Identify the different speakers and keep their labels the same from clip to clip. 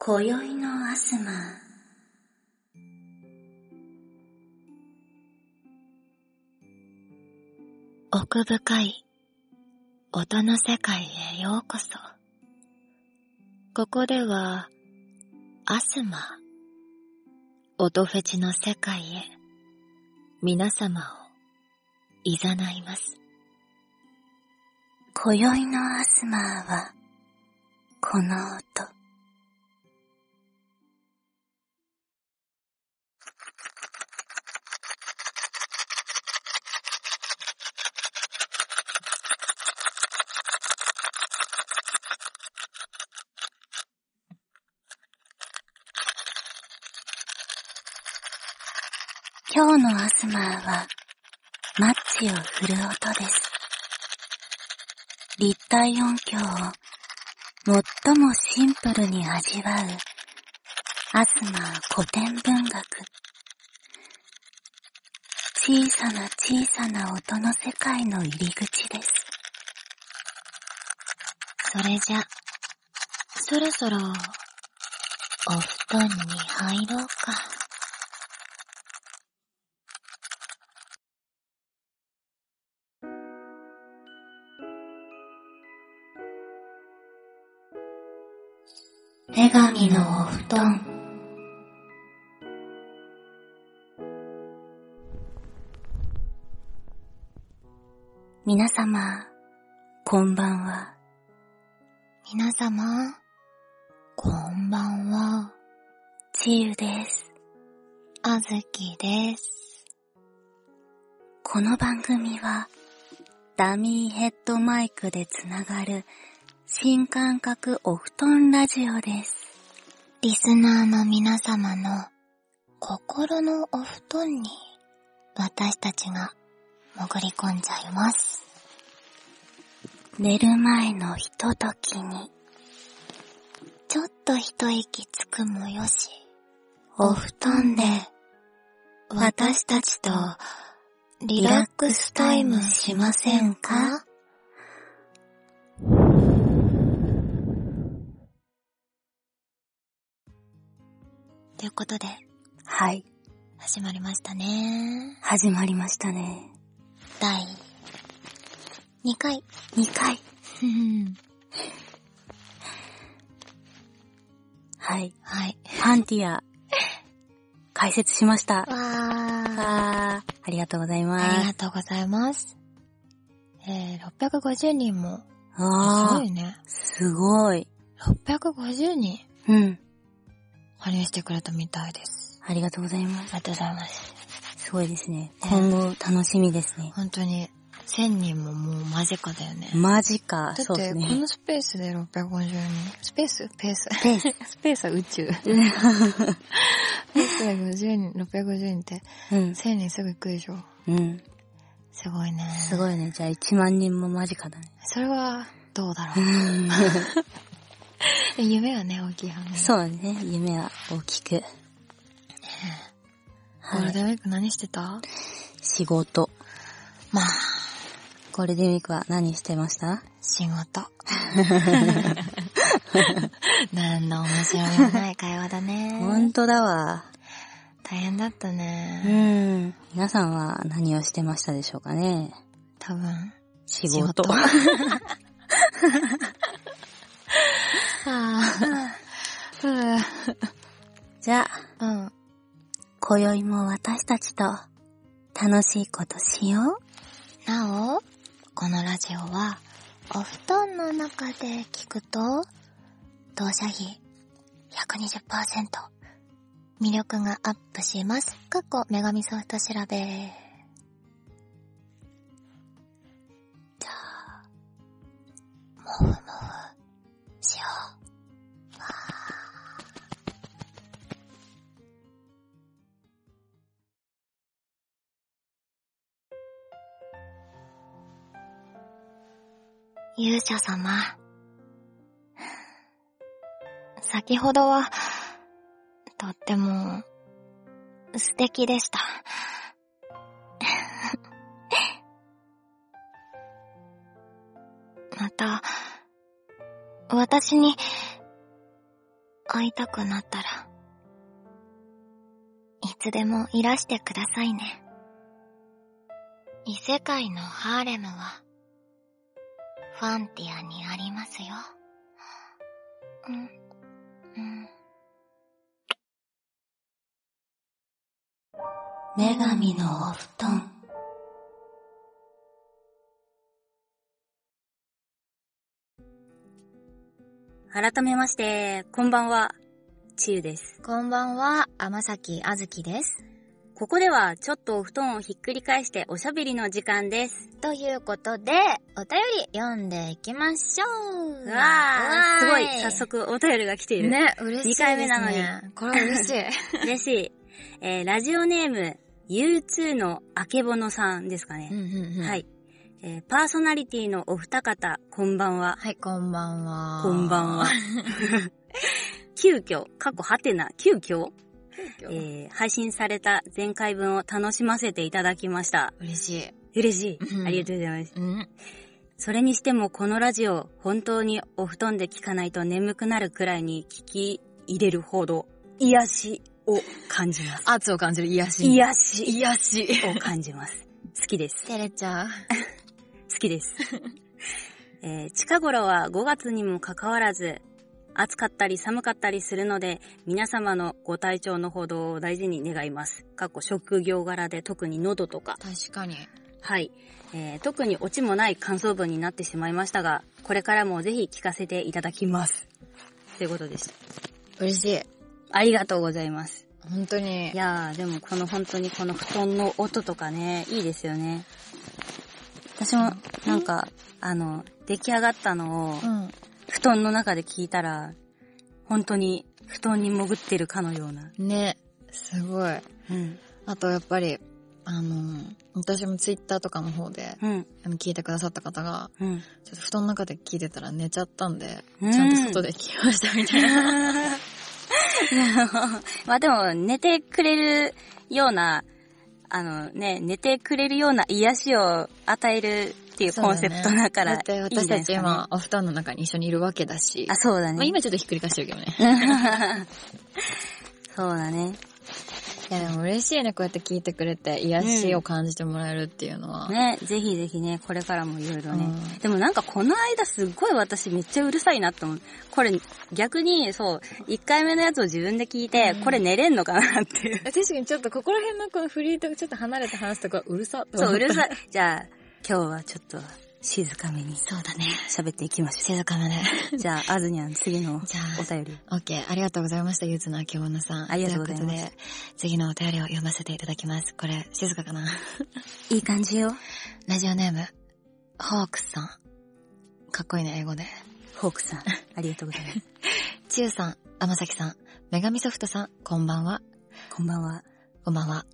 Speaker 1: 今宵のアスマ奥深い音の世界へようこそ。ここでは、アスマ、音フェチの世界へ、皆様を、いざないます。今宵のアスマーは、この音。今日のアスマーは、マッチを振る音です。立体音響を最もシンプルに味わう、アスマー古典文学。小さな小さな音の世界の入り口です。それじゃ、そろそろ、お布団に入ろうか。女神のお布団。皆様、こんばんは。皆様、こんばんは。ちゆです。あずきです。この番組は、ダミーヘッドマイクでつながる新感覚お布団ラジオです。リスナーの皆様の心のお布団に私たちが潜り込んじゃいます。寝る前のひとときに、ちょっと一息つくもよし、お布団で私たちとリラックスタイムしませんか
Speaker 2: ということで、
Speaker 1: はい、
Speaker 2: 始まりましたね。
Speaker 1: 始まりましたね。
Speaker 2: 第2回。
Speaker 1: 2回。はい。
Speaker 2: はい。
Speaker 1: パンティア、解説しました。
Speaker 2: わー。
Speaker 1: あーありがとうございます。
Speaker 2: ありがとうございます。えー、650人も。す
Speaker 1: あ
Speaker 2: ご
Speaker 1: ー
Speaker 2: いね。
Speaker 1: すごい。
Speaker 2: 650人、
Speaker 1: うん。
Speaker 2: 加入してくれたみたいです。
Speaker 1: ありがとうございま
Speaker 2: あ
Speaker 1: す。
Speaker 2: りがとうございます。
Speaker 1: すごいですね。今後楽しみですね。
Speaker 2: 本当に、1000人ももう間近だよね。
Speaker 1: マジか。
Speaker 2: だ
Speaker 1: そ
Speaker 2: っ
Speaker 1: うで
Speaker 2: て、
Speaker 1: す
Speaker 2: こ
Speaker 1: ね。
Speaker 2: のスペースで650人。スペースペース。
Speaker 1: ペース。
Speaker 2: スペースは宇宙。ペースは50人、650人って、
Speaker 1: うん。
Speaker 2: 1000人すぐ行くでしょ。
Speaker 1: うん。
Speaker 2: すごいね。
Speaker 1: すごいね。じゃあ1万人も間近だね。
Speaker 2: それは、どうだろう。 夢はね、大きい反面。
Speaker 1: そうだね。夢は大きく。
Speaker 2: ゴー
Speaker 1: は
Speaker 2: ルデ
Speaker 1: い。
Speaker 2: ンウィーク何してた
Speaker 1: 仕事。
Speaker 2: まあ、
Speaker 1: ゴールデンウィークは何してました
Speaker 2: 仕 事。何の面白みもない会話だ
Speaker 1: ほ
Speaker 2: ね
Speaker 1: ん。とだわ。
Speaker 2: 大変だった
Speaker 1: う
Speaker 2: ね。
Speaker 1: ん。皆さんは何をしてましたでしょうかね
Speaker 2: 多分。
Speaker 1: 仕
Speaker 2: 仕
Speaker 1: 事。
Speaker 2: 事ああ。
Speaker 1: じゃあ、
Speaker 2: うん。
Speaker 1: 今宵も私たちと楽しいことしよう。
Speaker 2: なお、このラジオは、お布団の中で聞くと、同社費120%、魅力がアップします。過去、女神ソフト調べ。じゃあ、もふもふ、しよう。勇者様。先ほどは、とっても、素敵 でした。また、私に、
Speaker 1: 会いたくなったら、いつでもいらしてくださいね。異世界のハーレムは、ファンティアにありますよ。うん、うん。
Speaker 3: 女神のお布団。改めまして、こんばんは、ちゆです。
Speaker 1: こんばんは、天崎あずきです。
Speaker 3: ここでは、ちょっとお布団をひっくり返しておしゃべりの時間です。
Speaker 1: ということで、お便り読んでいきましょう。
Speaker 3: うわー、すごい、
Speaker 1: ー
Speaker 3: 早速お便りが来ている。
Speaker 1: ね、嬉しいです、ね。
Speaker 3: 二回目なのに。
Speaker 1: これ嬉しい。
Speaker 3: 嬉しい。えー、ラジオネーム、U2 のあけぼのさんですかね。は
Speaker 1: はい。
Speaker 3: い。えーパーソナリティのお二方、こんばんは。
Speaker 1: はい、こんばんは。
Speaker 3: こんばんは。 急遽、過去はてな、急遽、
Speaker 1: えー
Speaker 3: えー配信された前回分を楽しませていただきました。
Speaker 1: 嬉しい。
Speaker 3: 嬉し
Speaker 1: う
Speaker 3: い。
Speaker 1: ん
Speaker 3: ありがとうございます。
Speaker 1: うん。
Speaker 3: それにしてもこのラジオ、本当にお布団で聞かないと眠くなるくらいに聞き入れるほど、癒しを感じます。
Speaker 2: 圧を感じる癒し。
Speaker 3: 癒し
Speaker 2: 癒し。
Speaker 3: を感じます。 好きです。
Speaker 1: 照れちゃう。
Speaker 3: 好きです。えー近頃は5月にもかかわらず、暑かったり寒かったりするので、皆様のご体調のほどを大事に願います。かっこ職業柄で特に喉とか。
Speaker 2: 確かに。
Speaker 3: はい。えー特にオチもない感想文になってしまいましたが、これからもぜひ聞かせていただきます。ということでした。
Speaker 2: 嬉しい。
Speaker 3: ありがとうございます。
Speaker 2: 本当に
Speaker 3: い。やー、でもこの本当にこの布団の音とかね、いいですよね。私もなんか、あの、出来上がったのを
Speaker 2: うん。
Speaker 3: 布団の中で聞いたら、本当に布団に潜ってるかのような。
Speaker 2: ね。すごい。
Speaker 3: うん。
Speaker 2: あと、やっぱり、あの、私もツイッターとかの方で、
Speaker 3: うん。
Speaker 2: あの、聞いてくださった方が、
Speaker 3: うん。
Speaker 2: ちょっと布団の中で聞いてたら寝ちゃったんで、
Speaker 3: うん
Speaker 2: ちゃんと外で聞きましたみたいな。
Speaker 3: まあでも、寝てくれるような、あのね、寝てくれるような癒しを与えるっていうコンセプトだから、いいんじ
Speaker 2: そう
Speaker 3: ゃ
Speaker 2: だ
Speaker 3: ない
Speaker 2: ね
Speaker 3: で
Speaker 2: だって
Speaker 3: すか、
Speaker 2: 私
Speaker 3: ね。
Speaker 2: たち今、お布団の中に一緒にいるわけだし。
Speaker 3: あ、そうだね。
Speaker 2: まあ、今ちょっとひっくり返してるけどね。
Speaker 3: そうだね。
Speaker 2: いや、でも嬉しいね。こうやって聞いてくれて、癒しを感じてもらえるっていうのは。
Speaker 3: ね、ぜひぜひね、これからもいろいろね。
Speaker 2: うん
Speaker 3: でもなんかこの間すっごい私めっちゃうるさいなって思う。これ逆にそう、1回目のやつを自分で聞いて、
Speaker 2: うん
Speaker 3: これ寝れんのかなって。
Speaker 2: 確かにちょっとここら辺のこのフリーとちょっと離れて話すとこはうるさと
Speaker 3: そう、うる
Speaker 2: い。
Speaker 3: さい。じゃあ、今日はちょっと静かめに
Speaker 2: そうだね。
Speaker 3: 喋っていきましょ
Speaker 2: 静かなね。
Speaker 3: う。じゃあ、あずにゃん次の
Speaker 2: じゃあ
Speaker 3: お便り。
Speaker 2: オッケー、ありがとうございました、ゆずのあきぼのさん。
Speaker 3: ありがとうございま
Speaker 2: とい
Speaker 3: す
Speaker 2: うことで、次のお便りを読ませていただきます。これ、静かかな。
Speaker 3: いい感じよ。
Speaker 2: ラジオネーム、ホークスさん。かっこいいね、英語で。
Speaker 3: ホークさん、ありがとうございます。
Speaker 2: ちゆさん、天崎さん、女神ソフトさん、こんばんは。
Speaker 3: こんばんは。
Speaker 2: こんばんは。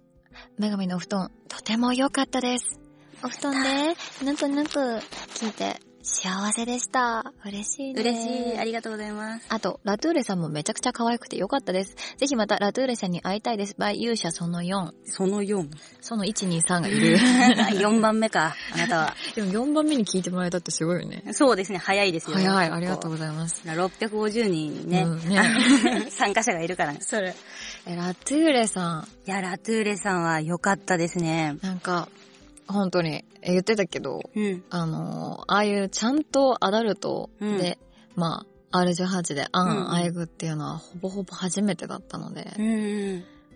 Speaker 2: 女神のお布団、とても良かったです。お布団で、ぬくぬく聞いて、幸せでした。嬉しいね。
Speaker 3: 嬉しい。ありがとうございます。
Speaker 2: あと、ラトゥーレさんもめちゃくちゃ可愛くて良かったです。ぜひまたラトゥーレさんに会いたいです。by 勇者その4。
Speaker 3: その4。
Speaker 2: その1、2、3がいる。
Speaker 3: 4番目か、あなたは。
Speaker 2: でも4番目に聞いてもらえたってすごいよね。
Speaker 3: そうですね、早いですよ。
Speaker 2: 早い、ありがとうご
Speaker 3: う。
Speaker 2: ざいます。
Speaker 3: 650人ね、
Speaker 2: うんね
Speaker 3: 参加者がいるからね。
Speaker 2: それ。え、ラトゥーレさん、
Speaker 3: いや、ラトゥーレさんは良かったですね。
Speaker 2: なんか、本当に、え言ってたけど、
Speaker 3: うん。
Speaker 2: あのーああいうちゃんとアダルトで、まあ、R18 でア
Speaker 3: うん
Speaker 2: ン、アイグっていうのはほぼほぼ初めてだったので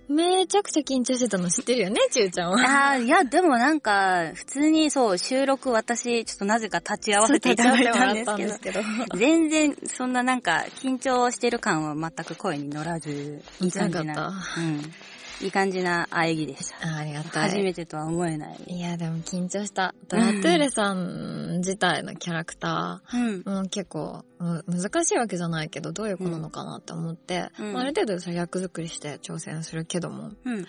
Speaker 3: う、ん、
Speaker 2: めちゃくちゃ緊張してたの知ってるよね、ちゅうちゃん
Speaker 3: うん。
Speaker 2: は。
Speaker 3: ああ、いや、でもなんか、普通にそう、収録私、ちょっとなぜか立ち会わせていただいたんですけど、
Speaker 2: け ど。
Speaker 3: 全然、そんななんか、緊張してる感は全く声に乗らず、いい感じ
Speaker 2: な
Speaker 3: な、
Speaker 2: かっ
Speaker 3: うん。いい感じな喘ぎでした。
Speaker 2: た。あありがたい。
Speaker 3: 初めてとは思えない。
Speaker 2: いや、でも緊張した。あと
Speaker 3: うん
Speaker 2: ラトゥーレさん自体のキャラクタ
Speaker 3: うん。
Speaker 2: ー、もう結構む難しいわけじゃないけど、どういう子なのかなって思って、
Speaker 3: うん
Speaker 2: まあ、ある程度それ役作りして挑戦するけども、
Speaker 3: うん。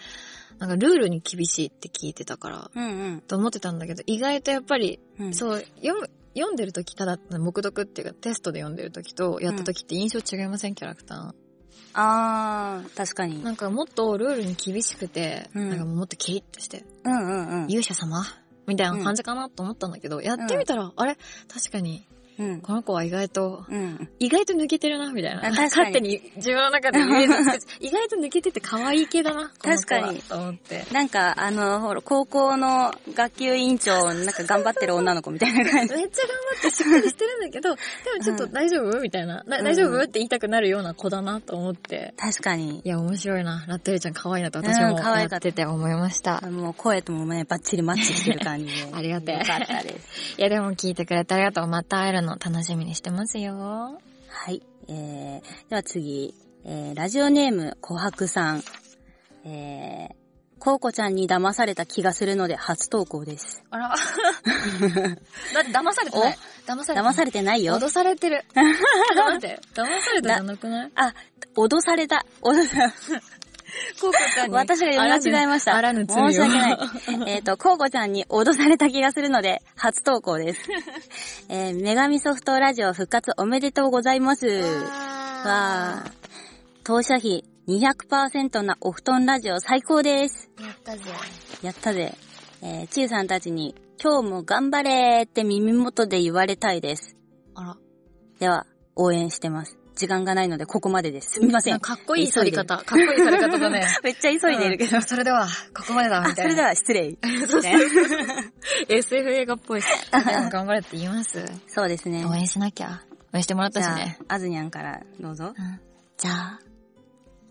Speaker 2: なんかルールに厳しいって聞いてたから、
Speaker 3: うんうん。
Speaker 2: と思ってたんだけど、意外とやっぱり、
Speaker 3: うん。
Speaker 2: そう、読む、読んでる時、ただ、目読っていうかテストで読んでる時と、やった時って印象違いません、キャラクターの。
Speaker 3: ああ、確かに。
Speaker 2: なんかもっとルールに厳しくて、
Speaker 3: うん
Speaker 2: なんかもっとキリッとして、
Speaker 3: うんうんうん。
Speaker 2: 勇者様みたいな感じかなと思ったんだけど、やってみたら、あれ確かに
Speaker 3: うん。
Speaker 2: この子は意外と、
Speaker 3: うん。
Speaker 2: 意外と抜けてるな、みたいな。
Speaker 3: あ確かに
Speaker 2: 勝手に自分の中でイメージ つけて意外と抜けてて可愛い系だな、この子は
Speaker 3: 確かに
Speaker 2: と思って。
Speaker 3: なんか、あの、ほら、高校の学級委員長、なんか頑張ってる女の子みたいな感じ。
Speaker 2: めっちゃ頑張ってしっかりしてるんだけど、でもちょっと大丈夫みたいな。だ大丈夫
Speaker 3: うん
Speaker 2: って言いたくなるような子だなと思って。
Speaker 3: 確かに。
Speaker 2: いや、面白いな。ラットエルちゃん可愛いなと私
Speaker 3: うん
Speaker 2: も
Speaker 3: 可
Speaker 2: や
Speaker 3: 愛
Speaker 2: っ
Speaker 3: かった
Speaker 2: てて思いました。。
Speaker 3: もう声ともね、バッチリマッチしてる感じで
Speaker 2: ありがてえ
Speaker 3: よかったです。
Speaker 2: いや、でも聞いてくれてありがとう。また会えるの楽しみにしてますよ。
Speaker 3: はい。えー、では次、えー、ラジオネーム、琥珀さん。えー、コウコちゃんに騙された気がするので初投稿です。
Speaker 2: あ ら。だって騙されてない。騙されてない
Speaker 3: 騙されてないよ。
Speaker 2: 脅されてる。ちょっと待って。騙されたじゃなくない
Speaker 3: あ、脅された。脅さ、
Speaker 2: コウコちゃんに。
Speaker 3: 私が読み間違えました。
Speaker 2: あらぬ罪を
Speaker 3: 申し訳ない。 えっと、コウコちゃんに脅された気がするので、初投稿 です。えー、女神ソフトラジオ復活おめでとうございます。わあ。当社費200%なお布団ラジオ最高です。
Speaker 1: やったぜ。
Speaker 3: やったぜ。えー、ちゆさんたちに、今日も頑張れーって耳元で言われたいです。
Speaker 2: あら。
Speaker 3: では、応援してます。時間がないのでここまでです。すみません。
Speaker 2: かっこいい去り方。かっこいい去り方だね。
Speaker 3: めっちゃ 急いでいるけど。
Speaker 2: うんそれでは、ここまでだ、
Speaker 3: あ、
Speaker 2: み
Speaker 3: そ
Speaker 2: たい
Speaker 3: れで
Speaker 2: な。
Speaker 3: は失礼。
Speaker 2: SF 映画っぽい。でも頑張れって言います。
Speaker 3: そうですね。
Speaker 2: 応援しなきゃ。応援してもらっ
Speaker 3: じ
Speaker 2: たし
Speaker 3: ゃ
Speaker 2: ね。
Speaker 3: あ、あずにゃんからどうぞ。
Speaker 1: じゃあ、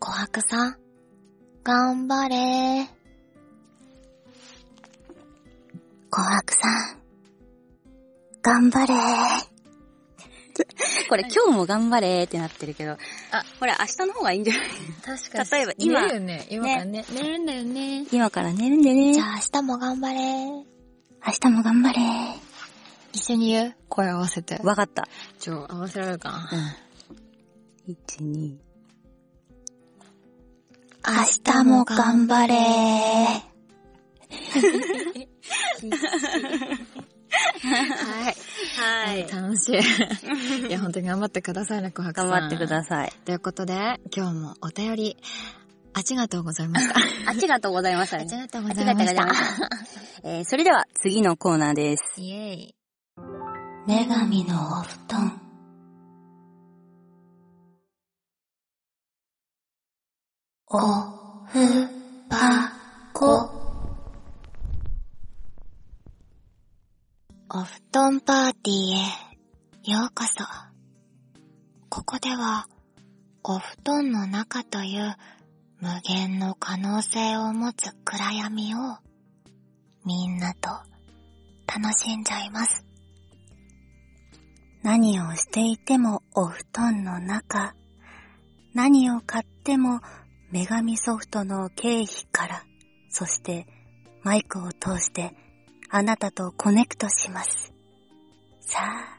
Speaker 1: 琥珀さん、頑張れー。琥珀さん、頑張れー。
Speaker 3: これ今日も頑張れーってなってるけど。
Speaker 2: あ
Speaker 3: あ、ほら明日の方がいいんじゃない
Speaker 2: 確
Speaker 3: かに例えば今
Speaker 2: 寝るよね。今からね。寝るんだよね。
Speaker 3: 今から寝るんでね
Speaker 1: じゃあ明日も頑張れー。
Speaker 3: 明日も頑張れー。
Speaker 2: 一緒に言う声合わせて。
Speaker 3: わかった。
Speaker 2: ちょ、合わせられるか な。
Speaker 3: うん。1、2。
Speaker 1: 明日も頑張れー。
Speaker 2: はい。
Speaker 3: はい。
Speaker 2: 楽し い。いや、本当に頑張ってくださいね、琥珀さん。
Speaker 3: 頑張ってください。
Speaker 2: い。ということで、今日もお便り、あちがとうございま した。
Speaker 3: ありがとうございました
Speaker 2: あ
Speaker 3: ね
Speaker 2: ちがとうご
Speaker 3: あ
Speaker 2: ざ
Speaker 3: り
Speaker 2: い
Speaker 3: がと
Speaker 2: ま
Speaker 3: うご
Speaker 2: し
Speaker 3: ざいま
Speaker 2: た。
Speaker 3: した。えー、それでは次のコーナーです。
Speaker 2: イエイ。
Speaker 1: 女神のお布団。お、ふ、ぱ、こ。お布団パーティーへようこそ。ここでは、お布団の中という無限の可能性を持つ暗闇をみんなと楽しんじゃいます。
Speaker 3: 何をしていてもお布団の中。何を買っても女神ソフトの経費から、そしてマイクを通してあなたとコネクトします。さあ、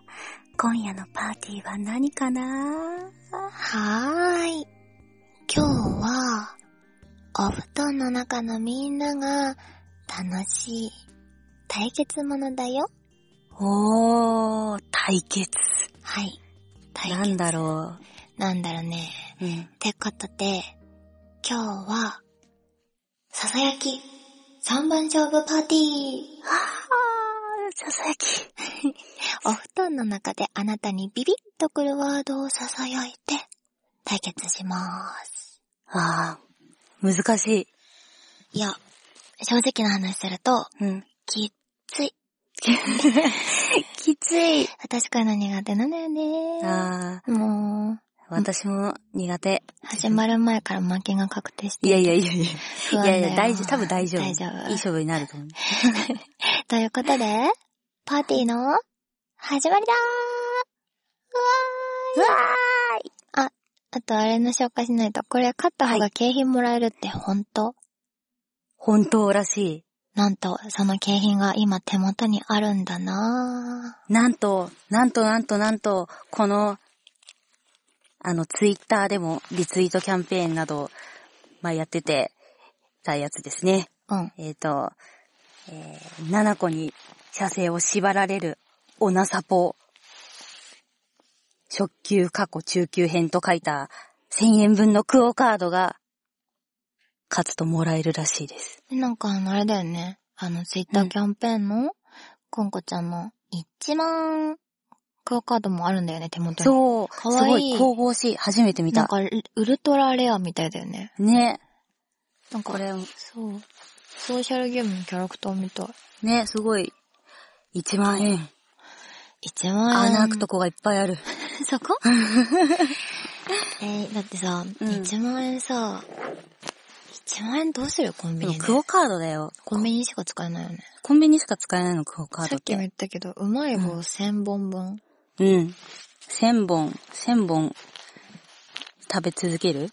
Speaker 3: 今夜のパーティーは何かな
Speaker 1: はーい。今日は、お布団の中のみんなが楽しい対決ものだよ。
Speaker 3: おー、対決。
Speaker 1: はい。対
Speaker 3: な
Speaker 1: 決。
Speaker 3: んだろ
Speaker 1: なんだろうね。
Speaker 3: う。うん。
Speaker 1: ってことで、今日は、ささやき三番勝負パーティー。
Speaker 3: ささやき。
Speaker 1: お布団の中であなたにビビッとくるワードをささやいて、対決します。
Speaker 3: あー、難しい。
Speaker 1: いや、正直な話すると、
Speaker 3: うん。
Speaker 1: きっつ い。きつい。私こういうの苦手なんだよね。
Speaker 3: あ
Speaker 1: もう、
Speaker 3: ー、私も苦手。
Speaker 1: 始まる前から負けが確定して。
Speaker 3: いやいやいやいや。
Speaker 1: 不安
Speaker 3: い
Speaker 1: だ
Speaker 3: や
Speaker 1: よ
Speaker 3: いや、大丈夫、多分大丈夫。
Speaker 1: 大丈夫
Speaker 3: いい勝負になると思う。
Speaker 1: ということで、パーティーの始まりだーうわーいあ、あとあれの紹介しないと、これ勝った方が景品もらえるって本当、
Speaker 3: 本当らし。
Speaker 1: なんと、その景品が今手元にあるんだない
Speaker 3: なんと、なんとなんとなんと、この、あの、ツイッターでもリツイートキャンペーンなど、まあ、やってて、たやつですね。
Speaker 1: ーうん。
Speaker 3: えっ、と、えー、7個に射精を縛られる、オナサポ、初級過去中級編と書いた1000円分のクオカードが、勝つともらえるらしいです。
Speaker 1: なんかあの、あれだよね。あの、ツイッターキャンペーンの、こんこちゃんの1万クオカードもあるんだよね、手元に。う。
Speaker 3: そう。
Speaker 1: かわいい
Speaker 3: すごい神々しい。初めて見
Speaker 1: なん
Speaker 3: た。
Speaker 1: か、ウルトラレアみたいだよね。
Speaker 3: ね。
Speaker 1: なんか
Speaker 3: こ、れ、
Speaker 1: そう。ソーシャルゲームのキャラクターみたい。
Speaker 3: ね、すごい。1万円。
Speaker 1: 1万
Speaker 3: 穴開くとこがいっぱいある。
Speaker 1: そこえー、だってさ、
Speaker 3: うん
Speaker 1: 1万円さ、1万円どうするコンビ
Speaker 3: で
Speaker 1: ニ
Speaker 3: も
Speaker 1: で。
Speaker 3: クオカードだよ。
Speaker 1: コンビニしか使えないよね。
Speaker 3: コンビニしか使えないの、クオカー
Speaker 1: さ
Speaker 3: ドっ
Speaker 1: っきも
Speaker 3: て。
Speaker 1: 言ったけど、うまい棒1000本分。
Speaker 3: うん。1000本、1000本、食べ続ける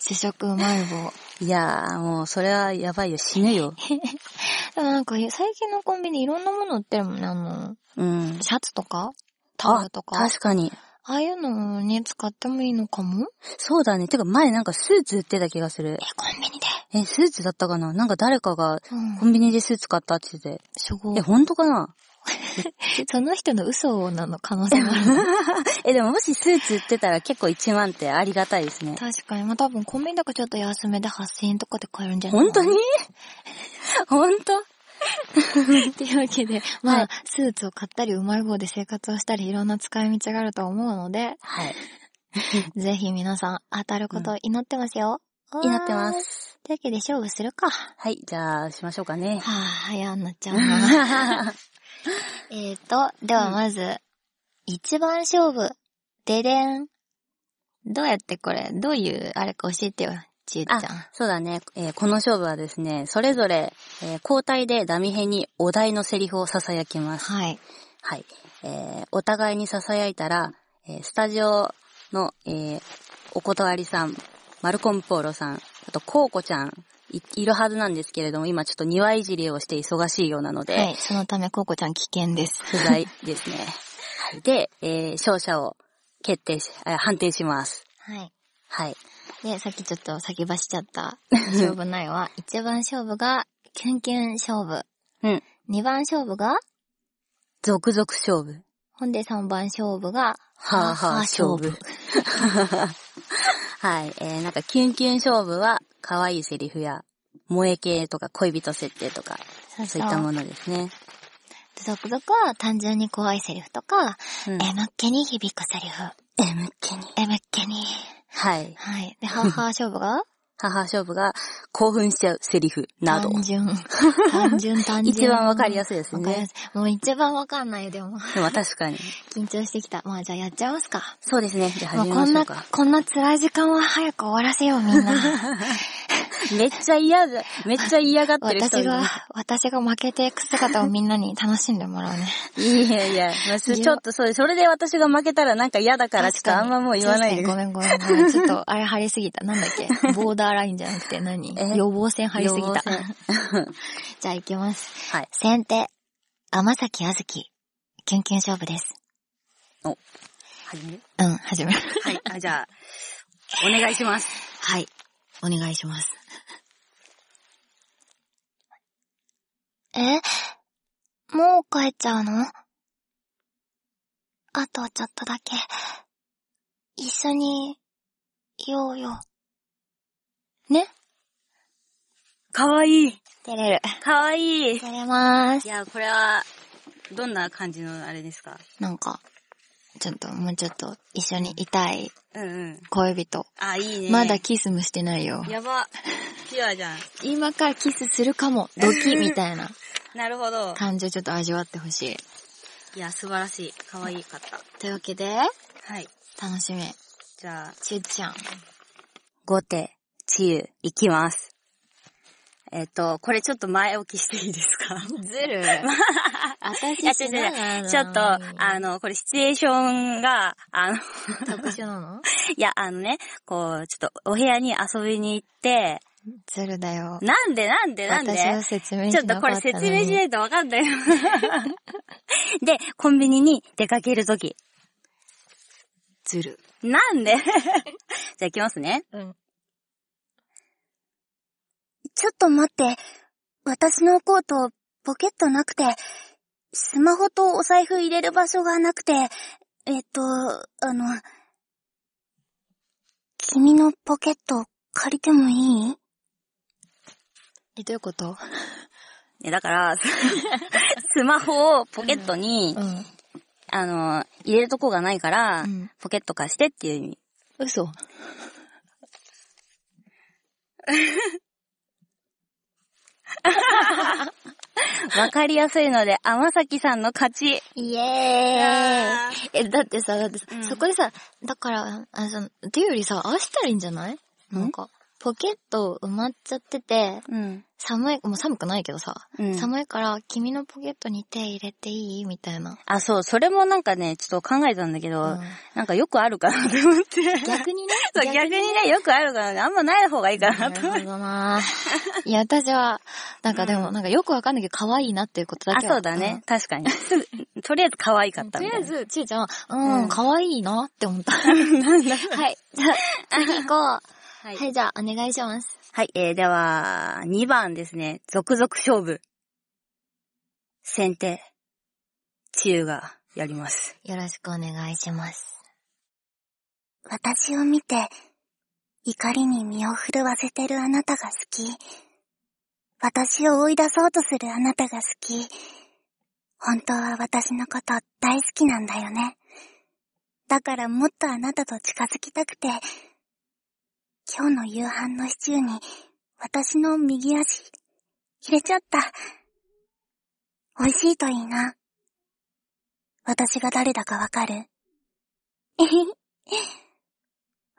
Speaker 1: 試食うまい棒。
Speaker 3: いやー、もう、それはやばいよ。死ぬよ。
Speaker 1: でもなんか、最近のコンビニいろんなもの売ってるもんね。あの、
Speaker 3: うん。
Speaker 1: シャツとかタオルとか。
Speaker 3: あ確かに。
Speaker 1: ああいうのに使ってもいいのかも
Speaker 3: そうだね。てか前なんかスーツ売ってた気がする
Speaker 1: え。、コンビニで。
Speaker 3: え、スーツだったかななんか誰かが
Speaker 1: う
Speaker 3: コ
Speaker 1: ん。
Speaker 3: ンビニでスーツ買ったって言ってて。
Speaker 1: すご
Speaker 3: え、
Speaker 1: い。
Speaker 3: ほんとかな
Speaker 1: その人の嘘なの可能性もあ る。
Speaker 3: え、でももしスーツ売ってたら結構1万ってありがたいですね。
Speaker 1: 確かに。まあ、多分コンビニだからちょっと安めで8000円とかで買えるんじゃない
Speaker 3: ほんと にほんと
Speaker 1: っていうわけで、まあ、
Speaker 3: はい
Speaker 1: スーツを買ったり、うまい棒で生活をしたり、いろんな使い道があると思うので、
Speaker 3: はい。
Speaker 1: ぜひ皆さん当たることを祈ってますよ。
Speaker 3: 祈ってま
Speaker 1: わー。
Speaker 3: す。
Speaker 1: というわけで勝負するか。は
Speaker 3: はい、じゃあ、しましょうかね
Speaker 1: ぁ、。早になっちゃうな。 えーと、ではまず、一番勝負。ででん。どうやってこれ、どういう、あれか教えてよ、ちゆちゃん。
Speaker 3: あ、そうだね。えーこの勝負はですね、それぞれ、えー交代でダミヘにお題のセリフを囁きます。
Speaker 1: はい。
Speaker 3: はい。えーお互いに囁いたら、えースタジオの、えーお断りさん、マルコンポーロさん、あと、コウコちゃんい、いるはずなんですけれども、今ちょっと庭いじりをして忙しいようなので、
Speaker 1: はい。そのため、コウコちゃん危険です。
Speaker 3: 不在ですね。はいで、えー勝者を決定し、あ判定します。
Speaker 1: はい。
Speaker 3: はい。
Speaker 1: で、さっきちょっと先走っちゃった、勝負ない は、一番勝負が、キュンキュン勝負。
Speaker 3: うん。
Speaker 1: 二番勝負が、
Speaker 3: 続々勝負。
Speaker 1: ほんで三番勝負が、
Speaker 3: はあはあ勝負。 はい。えー、なんか、キュンキュン勝負は、可愛いセリフや、萌え系とか恋人設定とか、
Speaker 1: そう
Speaker 3: そ
Speaker 1: そううい
Speaker 3: い
Speaker 1: っ
Speaker 3: っ
Speaker 1: たたも
Speaker 3: も
Speaker 1: の。
Speaker 3: のですね。
Speaker 1: 続々は、単純に怖いセリフとか、
Speaker 3: うん、
Speaker 1: えむっけに響くセリフ。
Speaker 3: M 系に。
Speaker 1: えむっけに。
Speaker 3: はい。
Speaker 1: はい。 で、はあはあ勝負が、
Speaker 3: 母勝負が興奮しちゃうセリフなど。
Speaker 1: 単 純。単純、単純。
Speaker 3: 一番わかりや
Speaker 1: す
Speaker 3: すいです
Speaker 1: わかりや
Speaker 3: ね。
Speaker 1: すい。もう一番わかんないよでも。
Speaker 3: でも確かに。
Speaker 1: 緊張してきた。まあじゃあやっちゃいますか。
Speaker 3: そうですね。じゃ
Speaker 1: もう
Speaker 3: あ始
Speaker 1: こ
Speaker 3: めま
Speaker 1: ん
Speaker 3: しょ
Speaker 1: な、
Speaker 3: うか。
Speaker 1: こんな辛い時間は早く終わらせようみんな。
Speaker 3: めっちゃ嫌だ、めっちゃ嫌がってる人
Speaker 1: 私が、私が負けていく姿をみんなに楽しんでもらうね。
Speaker 3: いやいや、まあすちょっとそうです。それで私が負け たらなんか嫌だから、ちょっとあんまもう言わないで
Speaker 1: 確かにごめんごめんごめん。ちょっとあれ張りすぎた。なんだっけ ボーダーラインじゃなくて何
Speaker 3: え
Speaker 1: 予防線張りすぎ
Speaker 3: 予防
Speaker 1: た。
Speaker 3: 線
Speaker 1: じゃあ行きます。
Speaker 3: はい。
Speaker 1: 先手、天崎あずき、キュンキュン勝負です。
Speaker 3: 始める
Speaker 1: うん、始める。
Speaker 3: はい。あじゃあ、お願いします。
Speaker 1: はい。お願いし ます。
Speaker 4: えもう帰っちゃうのあとちょっとだけ。一緒に、いようよ。
Speaker 3: かわいい。
Speaker 4: 出れる。
Speaker 3: かわいい。
Speaker 4: 出れまー
Speaker 3: い
Speaker 4: す。
Speaker 3: や、これは、どんな感じのあれですか
Speaker 1: なんか、ちょっともうちょっと一緒にいたい
Speaker 3: うんうん。
Speaker 1: 恋人。
Speaker 3: あ、いいね。
Speaker 1: まだキスもしてないよ。
Speaker 3: やば。ピュアじゃん。
Speaker 1: 今からキスするかも、ドキみたい な
Speaker 3: なるほど。
Speaker 1: 感じをちょっと味わってほしい。
Speaker 3: いや、素晴らしい。可愛かった。
Speaker 1: というわけで、
Speaker 3: はい。
Speaker 1: 楽しみ。
Speaker 3: じゃあ、
Speaker 1: ちゅうちゃん。
Speaker 3: 後手、治癒、いきます。えっ、と、これちょっと前置きしていいですか
Speaker 1: ずる。
Speaker 3: いや、
Speaker 1: 私
Speaker 3: ちょ
Speaker 1: し
Speaker 3: ちょ
Speaker 1: ないな
Speaker 3: ちょっと、あの、これシチュエーションが、あの、
Speaker 1: 特殊なの
Speaker 3: いや、あのね、こう、ちょっとお部屋に遊びに行って、
Speaker 1: ずるだよ。
Speaker 3: なんでなんでなんで
Speaker 1: 私は説明し
Speaker 3: ちょっ
Speaker 1: な
Speaker 3: と
Speaker 1: か
Speaker 3: こ
Speaker 1: った
Speaker 3: れ
Speaker 1: のに
Speaker 3: 説明しないとわかんないよ。 で、コンビニに出かけるとき。
Speaker 1: ずる。
Speaker 3: なんで じゃあ行きますね。
Speaker 1: うん。
Speaker 4: ちょっと待って。私のコート、ポケットなくて、スマホとお財布入れる場所がなくて、えっと、あの、君のポケット借りてもいい
Speaker 1: え、どういうこと
Speaker 3: いやだから、スマホをポケットに
Speaker 1: うん。
Speaker 3: あの、入れるとこがないから、
Speaker 1: うん
Speaker 3: ポケット貸してっていう意味。
Speaker 1: 嘘。
Speaker 3: わかりやすいので、天崎さんの勝ち。
Speaker 5: イエーイ
Speaker 1: え、だってさ、だってさ、
Speaker 3: うん
Speaker 1: そこでさ、だから、あそのっていうよりさ、ああしたらいいんじゃないなんか、ポケット埋まっちゃってて、
Speaker 3: うん。
Speaker 1: 寒い、もう寒くないけどさ、
Speaker 3: うん。
Speaker 1: 寒いから、君のポケットに手入れていいみた いな。
Speaker 3: あ、そう、それもなんかね、ちょっと考えたんだけど、
Speaker 1: うん
Speaker 3: なんかよくあるかなと思って。、
Speaker 1: 逆 にね
Speaker 3: そう、逆にね、よくあるからね、あんまない方がいいか
Speaker 1: な
Speaker 3: な
Speaker 1: る
Speaker 3: と
Speaker 1: ほ
Speaker 3: 思って。
Speaker 1: どな いや、私は、なんかでも、なんかよくわかんないけど、可愛いなっていうことだ
Speaker 3: あ、
Speaker 1: けは
Speaker 3: そうだね。。確 かに。すぐ、とりあえず可愛か
Speaker 1: う
Speaker 3: っ
Speaker 1: ん
Speaker 3: た
Speaker 1: と
Speaker 3: み
Speaker 1: り
Speaker 3: た
Speaker 1: あ
Speaker 3: い
Speaker 1: え
Speaker 3: な。
Speaker 1: ず、ちーちゃんは、う
Speaker 3: うん
Speaker 1: ん、可愛いなって思っ た。
Speaker 5: はい。じゃあ、次行こう。は、
Speaker 3: はいい。
Speaker 5: じゃあ、お願いします。
Speaker 3: はい、えー、では、2番ですね。続々勝負。先手。チユがやります。
Speaker 1: よろしくお願いします。
Speaker 5: 私を見て、怒りに身を震わせてるあなたが好き。私を追い出そうとするあなたが好き。本当は私のこと大好きなんだよね。だからもっとあなたと近づきたくて、今日の夕飯のシチューに私の右足入れちゃった。美味しいといいな。私が誰だかわか る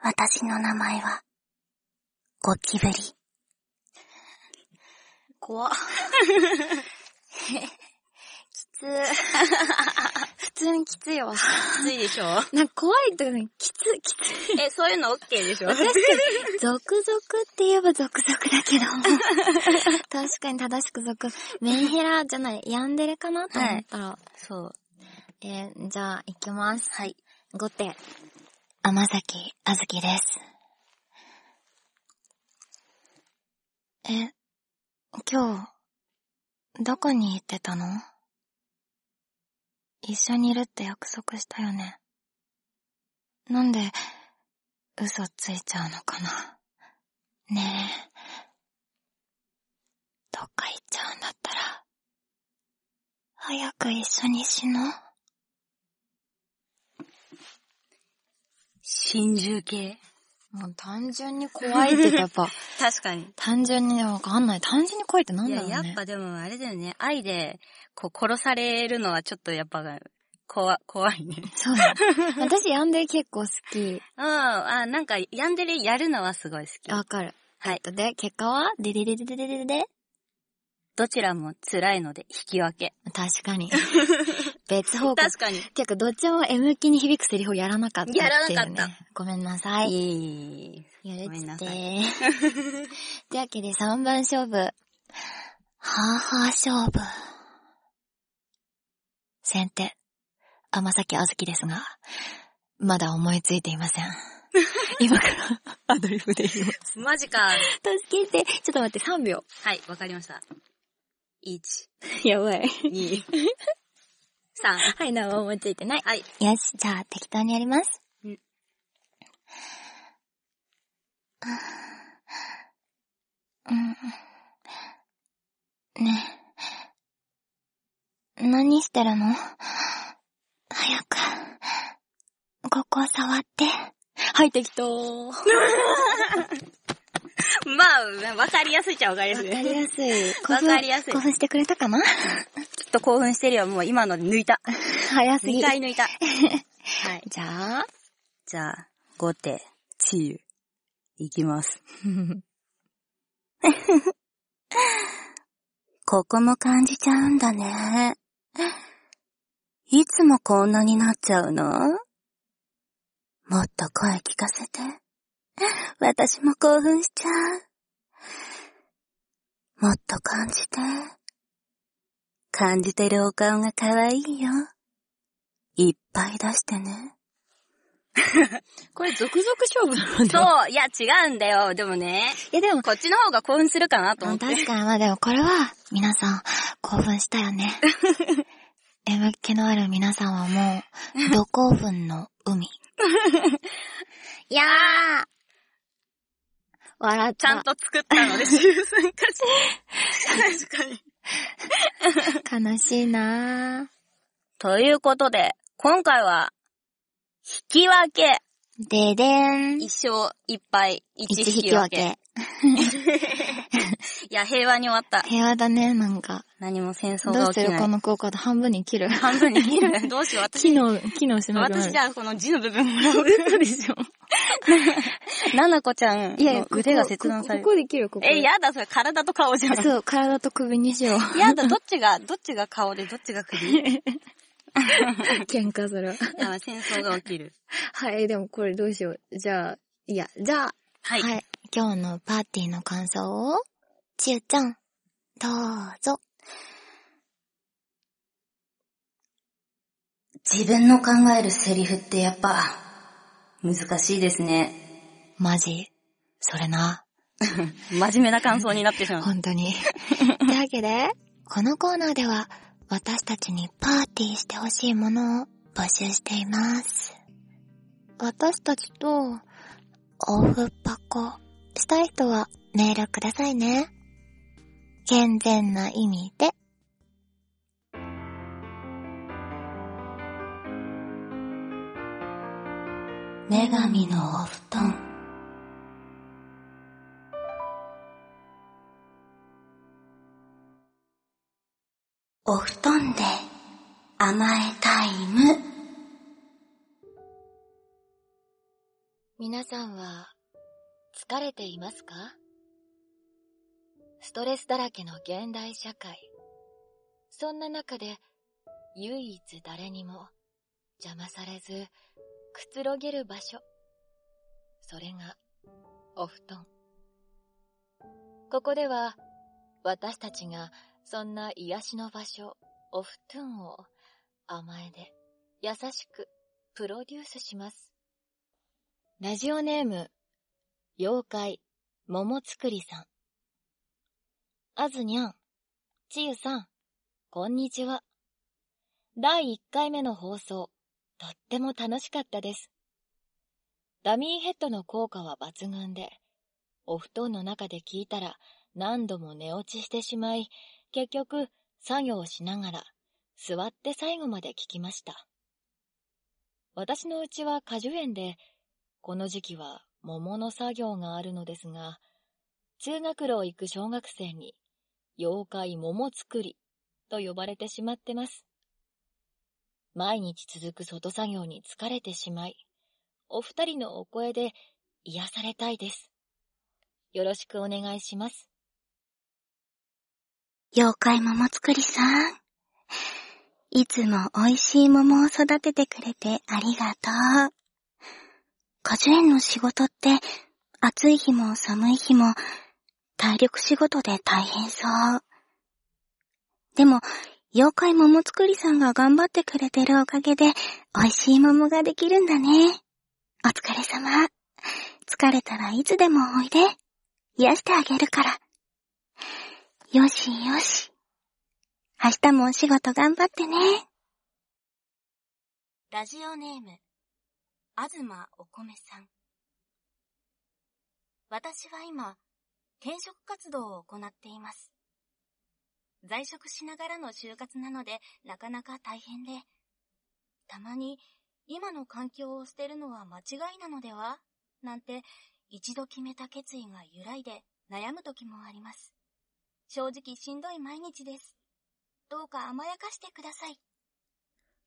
Speaker 5: 私の名前は、ゴキブリ。
Speaker 1: 怖
Speaker 5: つー。
Speaker 1: 普通にきついわ。
Speaker 3: きついでしょ
Speaker 1: なんか怖いとね、きつ、きつい。
Speaker 3: え、そういうのオッケー でしょ
Speaker 1: 続々って言えば続々だけど。確かに正しく続。メンヘラじゃない、ヤンデレかなと思ったら。
Speaker 3: そう。
Speaker 1: えーじゃあ、行きます。
Speaker 3: はい。
Speaker 1: 5点。甘崎あずきです。え、今日、どこに行ってたの一緒にいるって約束したよね。なんで、嘘ついちゃうのかな。ねえ、どっか行っちゃうんだったら、早く一緒に死のう。
Speaker 3: 真珠系。
Speaker 1: もう単純に怖いってやっ ぱ、
Speaker 3: 確かに。
Speaker 1: 単純にねわかんない。単純に怖いってなん
Speaker 3: い
Speaker 1: だ
Speaker 3: や、
Speaker 1: ろうね。
Speaker 3: やっぱでもあれだよね。愛で、こう、殺されるのはちょっとやっぱ、怖、怖 いね。
Speaker 1: そうだ。私、ヤンデレ結構好き。
Speaker 3: うん。あ、なんか、ヤンデレやるのはすごい好き。
Speaker 1: わかる。
Speaker 3: はい。
Speaker 1: で、結果はでででででででで
Speaker 3: どちらも辛いので、引き分け。
Speaker 1: 確か に。別方向。
Speaker 3: 確かに。
Speaker 1: 結構どっちも M 気に響くセリフをやらなかったっていう、ね。
Speaker 3: やらなかった。
Speaker 1: ごめんなさい。
Speaker 3: いい。
Speaker 1: やれ
Speaker 3: ごめん
Speaker 1: っ
Speaker 3: な
Speaker 1: つって
Speaker 3: さ。
Speaker 1: というわけで3番勝負。はあはあ勝負。先手、甘崎あずきですが、まだ思いついていません。今からアドリブで言います。
Speaker 3: マジか。
Speaker 1: 助けて。ちょっと待って、3秒。
Speaker 3: はい、わかりました。1、
Speaker 1: やばい。
Speaker 3: 2、3。
Speaker 1: はい、何も思いついてない。
Speaker 3: はい。
Speaker 5: よし、じゃあ適当にやります。
Speaker 3: うん
Speaker 5: うんねえ。何してるの早く、ここ触って。
Speaker 1: はい、適当。わか
Speaker 3: まあ、わかりやすいっちゃわかりやすい。
Speaker 1: り やすい。
Speaker 3: わかりやすい
Speaker 5: 興。奮してくれたかな
Speaker 3: きっと興奮してるよ。もう今ので抜いた。
Speaker 1: 早すぎ。
Speaker 3: 2
Speaker 1: じ
Speaker 3: 回抜 いた。はい。
Speaker 1: ゃあ、
Speaker 3: じゃあ、後手、チーユ。いき ます。
Speaker 5: ここも感じちゃうんだね。いつもこんなになっちゃうのもっと声聞かせて。私も興奮しちゃう。もっと感じて。感じてるお顔が可愛いよ。いっぱい出してね。
Speaker 1: これ続々勝負なので
Speaker 3: そ
Speaker 1: は
Speaker 3: う、いや、違うんだよ。でもね、
Speaker 1: いや、でも、
Speaker 3: こっちの方が興奮するかなと思
Speaker 5: 確
Speaker 3: って。
Speaker 5: かに、まあでもこれは、皆さん、興奮したよ ね。
Speaker 1: M 気のある皆さんはもう、土興奮の海。
Speaker 5: いやー
Speaker 1: 笑っ
Speaker 3: ちゃんと作ったので、シュウさんかし。確かに。
Speaker 1: 悲しいなぁ。
Speaker 3: ということで、今回は、引き分け。
Speaker 1: ででん。
Speaker 3: 一生いっぱい、一
Speaker 1: 一
Speaker 3: 引
Speaker 1: 引
Speaker 3: き
Speaker 1: き
Speaker 3: 分
Speaker 1: 分
Speaker 3: け。
Speaker 1: け。
Speaker 3: いや、平和に終わった。
Speaker 1: 平和だね、なんか。
Speaker 3: 何も戦争
Speaker 1: ど
Speaker 3: が
Speaker 1: う
Speaker 3: 起
Speaker 1: す
Speaker 3: き
Speaker 1: る
Speaker 3: な
Speaker 1: こ
Speaker 3: い。
Speaker 1: の効果で半分に切る。
Speaker 3: 半分に切る。どうしよう、私。
Speaker 1: 機能、機能しなくな
Speaker 3: 私じ
Speaker 1: る。
Speaker 3: ゃあこの字の部分もらうでしょ。ななこちゃんの腕が切断され
Speaker 1: こ
Speaker 3: る。
Speaker 1: こで切る、ここ。
Speaker 3: え、やだ、それ体と顔じゃん。
Speaker 1: そう、体と首にしよう。
Speaker 3: やだ、どっち が、どっちが顔でどっちが首い
Speaker 1: 喧嘩する。
Speaker 3: や、戦争が起きる。
Speaker 1: はい、でもこれどうしよう。じゃあ、いや、じゃあ、
Speaker 3: はい。
Speaker 1: はい。今日のパーティーの感想を、ちゆちゃん、どうぞ。
Speaker 3: 自分の考えるセリフってやっぱ、難しいですね。
Speaker 1: マジ、それな、
Speaker 3: 真面目な感想になってしまう。
Speaker 1: 本当 に。というわけで、このコーナーでは、私たちにパーティーしてほしいものを募集しています。私たちと、オフパコしたい人はメールくださいね。健全な意味で。女神のお布団。お布団で甘えタイム。皆さんは疲れていますかストレスだらけの現代社会。そんな中で唯一誰にも邪魔されずくつろげる場所。それがお布団。ここでは私たちがそんな癒しの場所、お布団を甘えで優しくプロデュースします。ラジオネーム、妖怪、桃つくりさん。あずにゃん、ちゆさん、こんにちは。第1回目の放送、とっても楽しかったです。ダミーヘッドの効果は抜群で、お布団の中で聞いたら何度も寝落ちしてしまい、結局、作業をしながら、座って最後まで聞きました。私のうちは果樹園で、この時期は桃の作業があるのですが、通学路を行く小学生に、妖怪桃作りと呼ばれてしまってます。毎日続く外作業に疲れてしまい、お二人のお声で癒されたいです。よろしくお願いします。
Speaker 3: 妖怪桃作りさん。いつも美味しい桃を育ててくれてありがとう。果樹園の仕事って暑い日も寒い日も体力仕事で大変そう。でも、妖怪桃作りさんが頑張ってくれてるおかげで美味しい桃ができるんだね。お疲れ様。疲れたらいつでもおいで。癒してあげるから。よしよし。明日もお仕事頑張ってね。ラジオネーム、あずまおこめさん。私は今、転職活動を行っています。在職しながらの就活なので、なかなか大変で、たまに、今の環境を捨てるのは間違いなのではなんて、一度決めた決意が揺らいで悩む時もあります。正直しんどい毎日です。どうか甘やかしてください。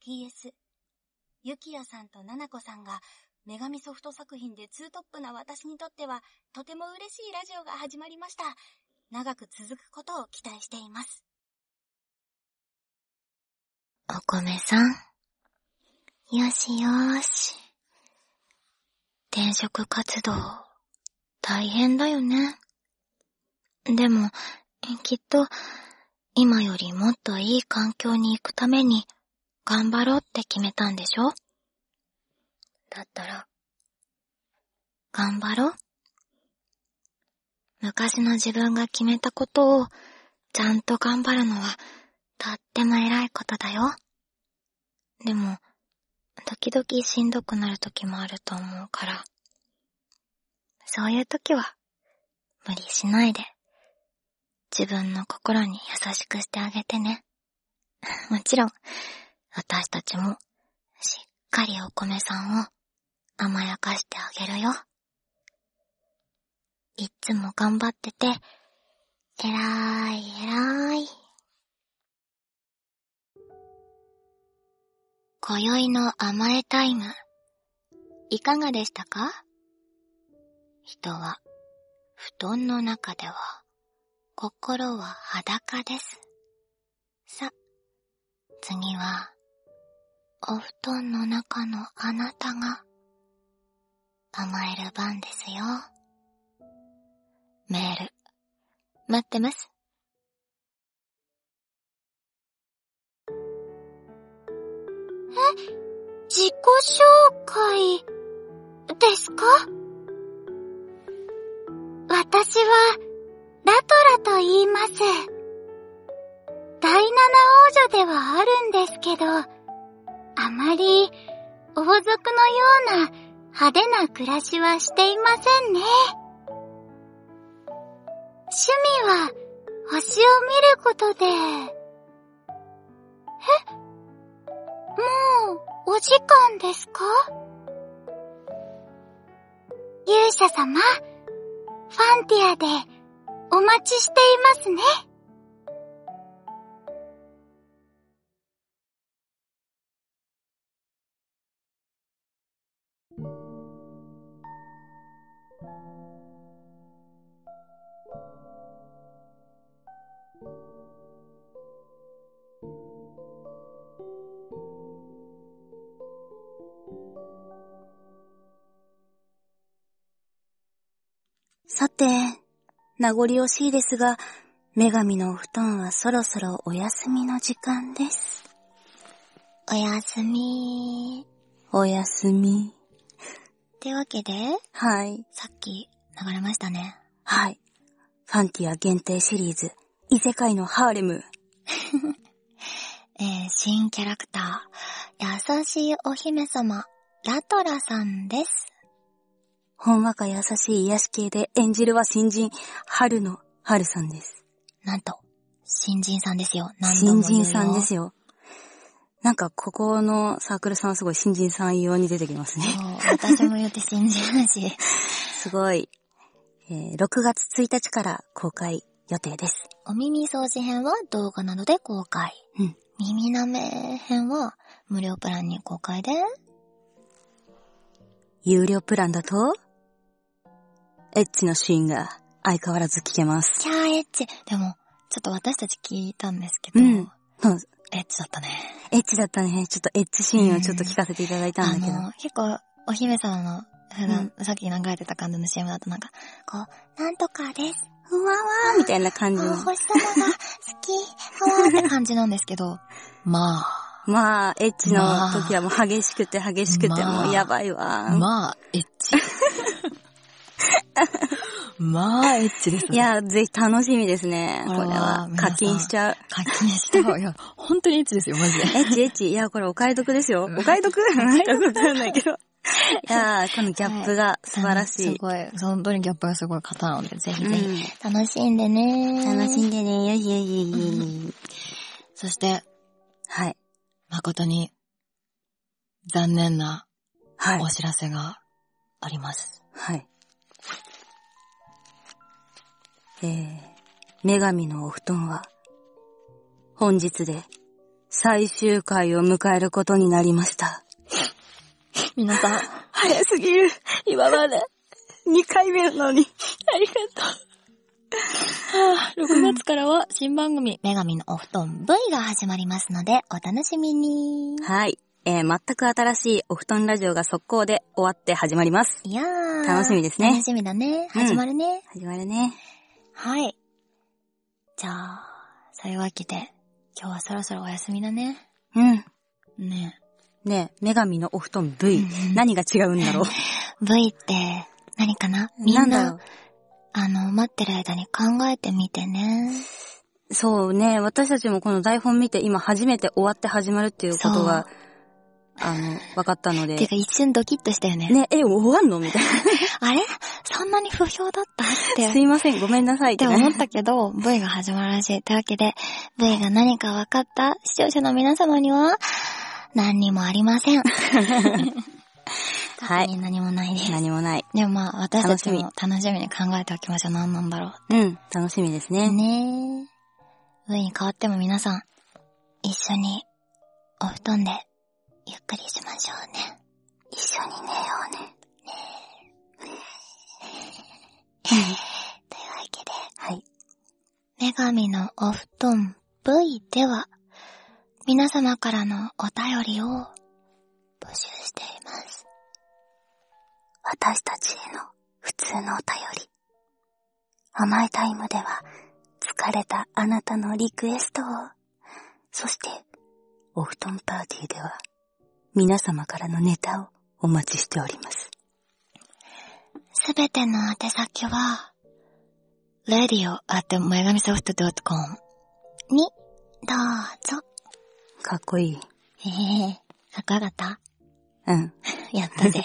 Speaker 3: PS、ゆきやさんとななこさんが女神ソフト作品でツートップな私にとってはとても嬉しいラジオが始まりました。長く続くことを期待しています。
Speaker 1: お米さん。よしよーし。転職活動、大変だよね。でも、きっと、今よりもっといい環境に行くために、頑張ろうって決めたんでしょだったら、頑張ろう。昔の自分が決めたことを、ちゃんと頑張るのは、とっても偉いことだよ。でも、時々しんどくなる時もあると思うから、そういう時は、無理しないで、自分の心に 優しくしてあげてね。もちろん、私たちも、しっかりお米さんを甘やかしてあげるよ。いっつも頑張ってて、えらーいえらーい。今宵の甘えタイム、いかがでしたか人は、布団の中では、心は裸です。さ、次は、お布団の中のあなたが、甘える番ですよ。メール、待ってます。え、自己紹介、ですか私は、ラトラと言います。第七王女ではあるんですけど、あまり、王族のような派手な暮らしはしていませんね。趣味は、星を見ることで、えもう、お時間ですか勇者様、ファンティアで、お待ちしていますね。
Speaker 3: さて、名残惜しいですが、女神のお布団はそろそろお休みの時間です。
Speaker 1: おやすみ
Speaker 3: おやすみ。
Speaker 1: ってわけで、
Speaker 3: はい。
Speaker 1: さっき流れましたね。
Speaker 3: はい。ファンティア限定シリーズ、異世界のハーレム。
Speaker 1: えー、新キャラクター、優しいお姫様、ラトラさんです。
Speaker 3: ほんわか優しい癒し系で演じるは新人、春の春さんです。
Speaker 1: なんと、新人さんですよ。何度
Speaker 3: 新
Speaker 1: も言うよ
Speaker 3: 人さんですよ。なんか、ここのサークルさんはすごい新人さん用に出てきますね。
Speaker 1: そう私も言って新人だし。
Speaker 3: すごい。えー6月1日から公開予定です。
Speaker 1: お耳掃除編は動画などで公開。
Speaker 3: うん
Speaker 1: 耳なめ編は無料プランに公開で、
Speaker 3: 有料プランだと、エッチのシーンが相変わらず聞けます。
Speaker 1: キャーエッチ。でも、ちょっと私たち聞いたんですけど、
Speaker 3: うんうん
Speaker 1: エッチだったね。
Speaker 3: エッチだったね。ちょっとエッチシーンをちょっと聞かせていただいたんだけど。
Speaker 1: あの、結構、お姫様の、普段、さっき流れてた感じの CM だとなんか、こう、なんとかです。
Speaker 3: ふわわーみたいな感
Speaker 1: お
Speaker 3: じの。
Speaker 1: 星様が好 き。ふわーって感じなんですけど、まあ、
Speaker 3: まあ、エッチの時はもう激しくて激しくて
Speaker 1: まあ
Speaker 3: もうやばいわ。
Speaker 1: まあ、エッ チ。まあ、エッチです
Speaker 3: いや、ぜひ楽しみですね。こ
Speaker 1: こ
Speaker 3: れ
Speaker 1: れは
Speaker 3: は
Speaker 1: 皆さん
Speaker 3: 課金しちゃう。
Speaker 1: 課金した方がいや、 本当にエッチですよ、マジで。
Speaker 3: エッチエッチ。いや、これお買い得ですよ。
Speaker 1: うん
Speaker 3: お買い得なんかわかんないけ ど。いやー、このギャップが素晴らしい。
Speaker 1: すごい、本当にギャップがすごい方なので、ぜひ
Speaker 3: う
Speaker 1: ぜひ。
Speaker 3: ん
Speaker 1: 楽しんでね
Speaker 3: 楽しんでね。よしよしよしよし。
Speaker 1: そして、
Speaker 3: はい。
Speaker 1: 誠に、残念な
Speaker 3: はい
Speaker 1: お。知らせがあります。
Speaker 3: はい。えー、女神のお布団は、本日で最終回を迎えることになりました。
Speaker 1: 皆さん、あ
Speaker 3: 早すぎる今まで !2 回目なのに。
Speaker 1: りがとう。6月からは新番組、女神のお布団 V が始まりますので、お楽しみに。
Speaker 3: はい。えー、全く新しいお布団ラジオが速攻で終わって始まります。
Speaker 1: いやー。
Speaker 3: 楽しみですね
Speaker 1: 楽しみだね。始まるね。
Speaker 3: 始まるね。
Speaker 1: はい。じゃあ、そういうわけで、今日はそろそろお休みだね。
Speaker 3: うん。
Speaker 1: ね
Speaker 3: ねえ、女神のお布団 V。
Speaker 1: うん
Speaker 3: 何が違うんだ ろう
Speaker 1: V って、何かなみんな、
Speaker 3: なんだろ
Speaker 1: あの、待ってる間に考えてみてね。
Speaker 3: うそうね、私たちもこの台本見て今初めて終わって始まるっていうことが、あの、分かったので。
Speaker 1: ていうか一瞬ドキッとしたよね。
Speaker 3: ね、え、終わんのみたい
Speaker 1: あれそんなに不評だったっ
Speaker 3: な。 す
Speaker 1: て。
Speaker 3: いません、ごめんなさいっ
Speaker 1: って
Speaker 3: て。
Speaker 1: 思ったけど、V が始まるらしい。というわけで、V が何か分かった視聴者の皆様には、何にもありません。
Speaker 3: は
Speaker 1: 特
Speaker 3: い。
Speaker 1: に何もないです。
Speaker 3: 何もない。
Speaker 1: でもまあ、私たちも楽しみに考えておきましょう。何なんだろ
Speaker 3: うん。楽しみです
Speaker 1: う。
Speaker 3: ね。
Speaker 1: ねえ。上に変わっても皆さん、一緒にお布団でゆっくりしましょうね。一緒に寝ようね。ねえ。というわけで、
Speaker 3: はい。
Speaker 1: 女神のお布団 V では、皆様からのお便りを募集しています。私たちへの普通のお便り。甘えタイムでは、疲れたあなたのリクエストを、
Speaker 3: そして、お布団パーティーでは、皆様からのネタをお待ちしております。
Speaker 1: すべての宛先は、radio at m e g a m i s o f t c o m に、どうぞ。
Speaker 3: かっこいい。
Speaker 1: ええー、かっこよかった
Speaker 3: うん。
Speaker 1: やった ぜ。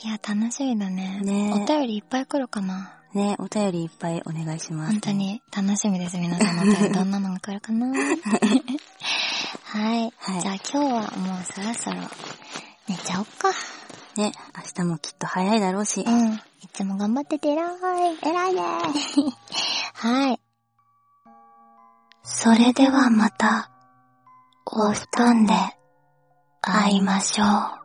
Speaker 1: いや、楽しみだね。
Speaker 3: ね
Speaker 1: お便りいっぱい来るかな。
Speaker 3: ね、お便りいっぱいお願いします。
Speaker 1: 本当。に楽しみです。皆さんのお便りどんなのが来るかな。はい。
Speaker 3: はい
Speaker 1: じゃあ今日はもうそろそろ寝ちゃおっか。
Speaker 3: ね、明日もきっと早いだろうし。
Speaker 1: うん。いつも頑張ってて偉い。偉いね。はい。それではまた、お布団で会いましょう。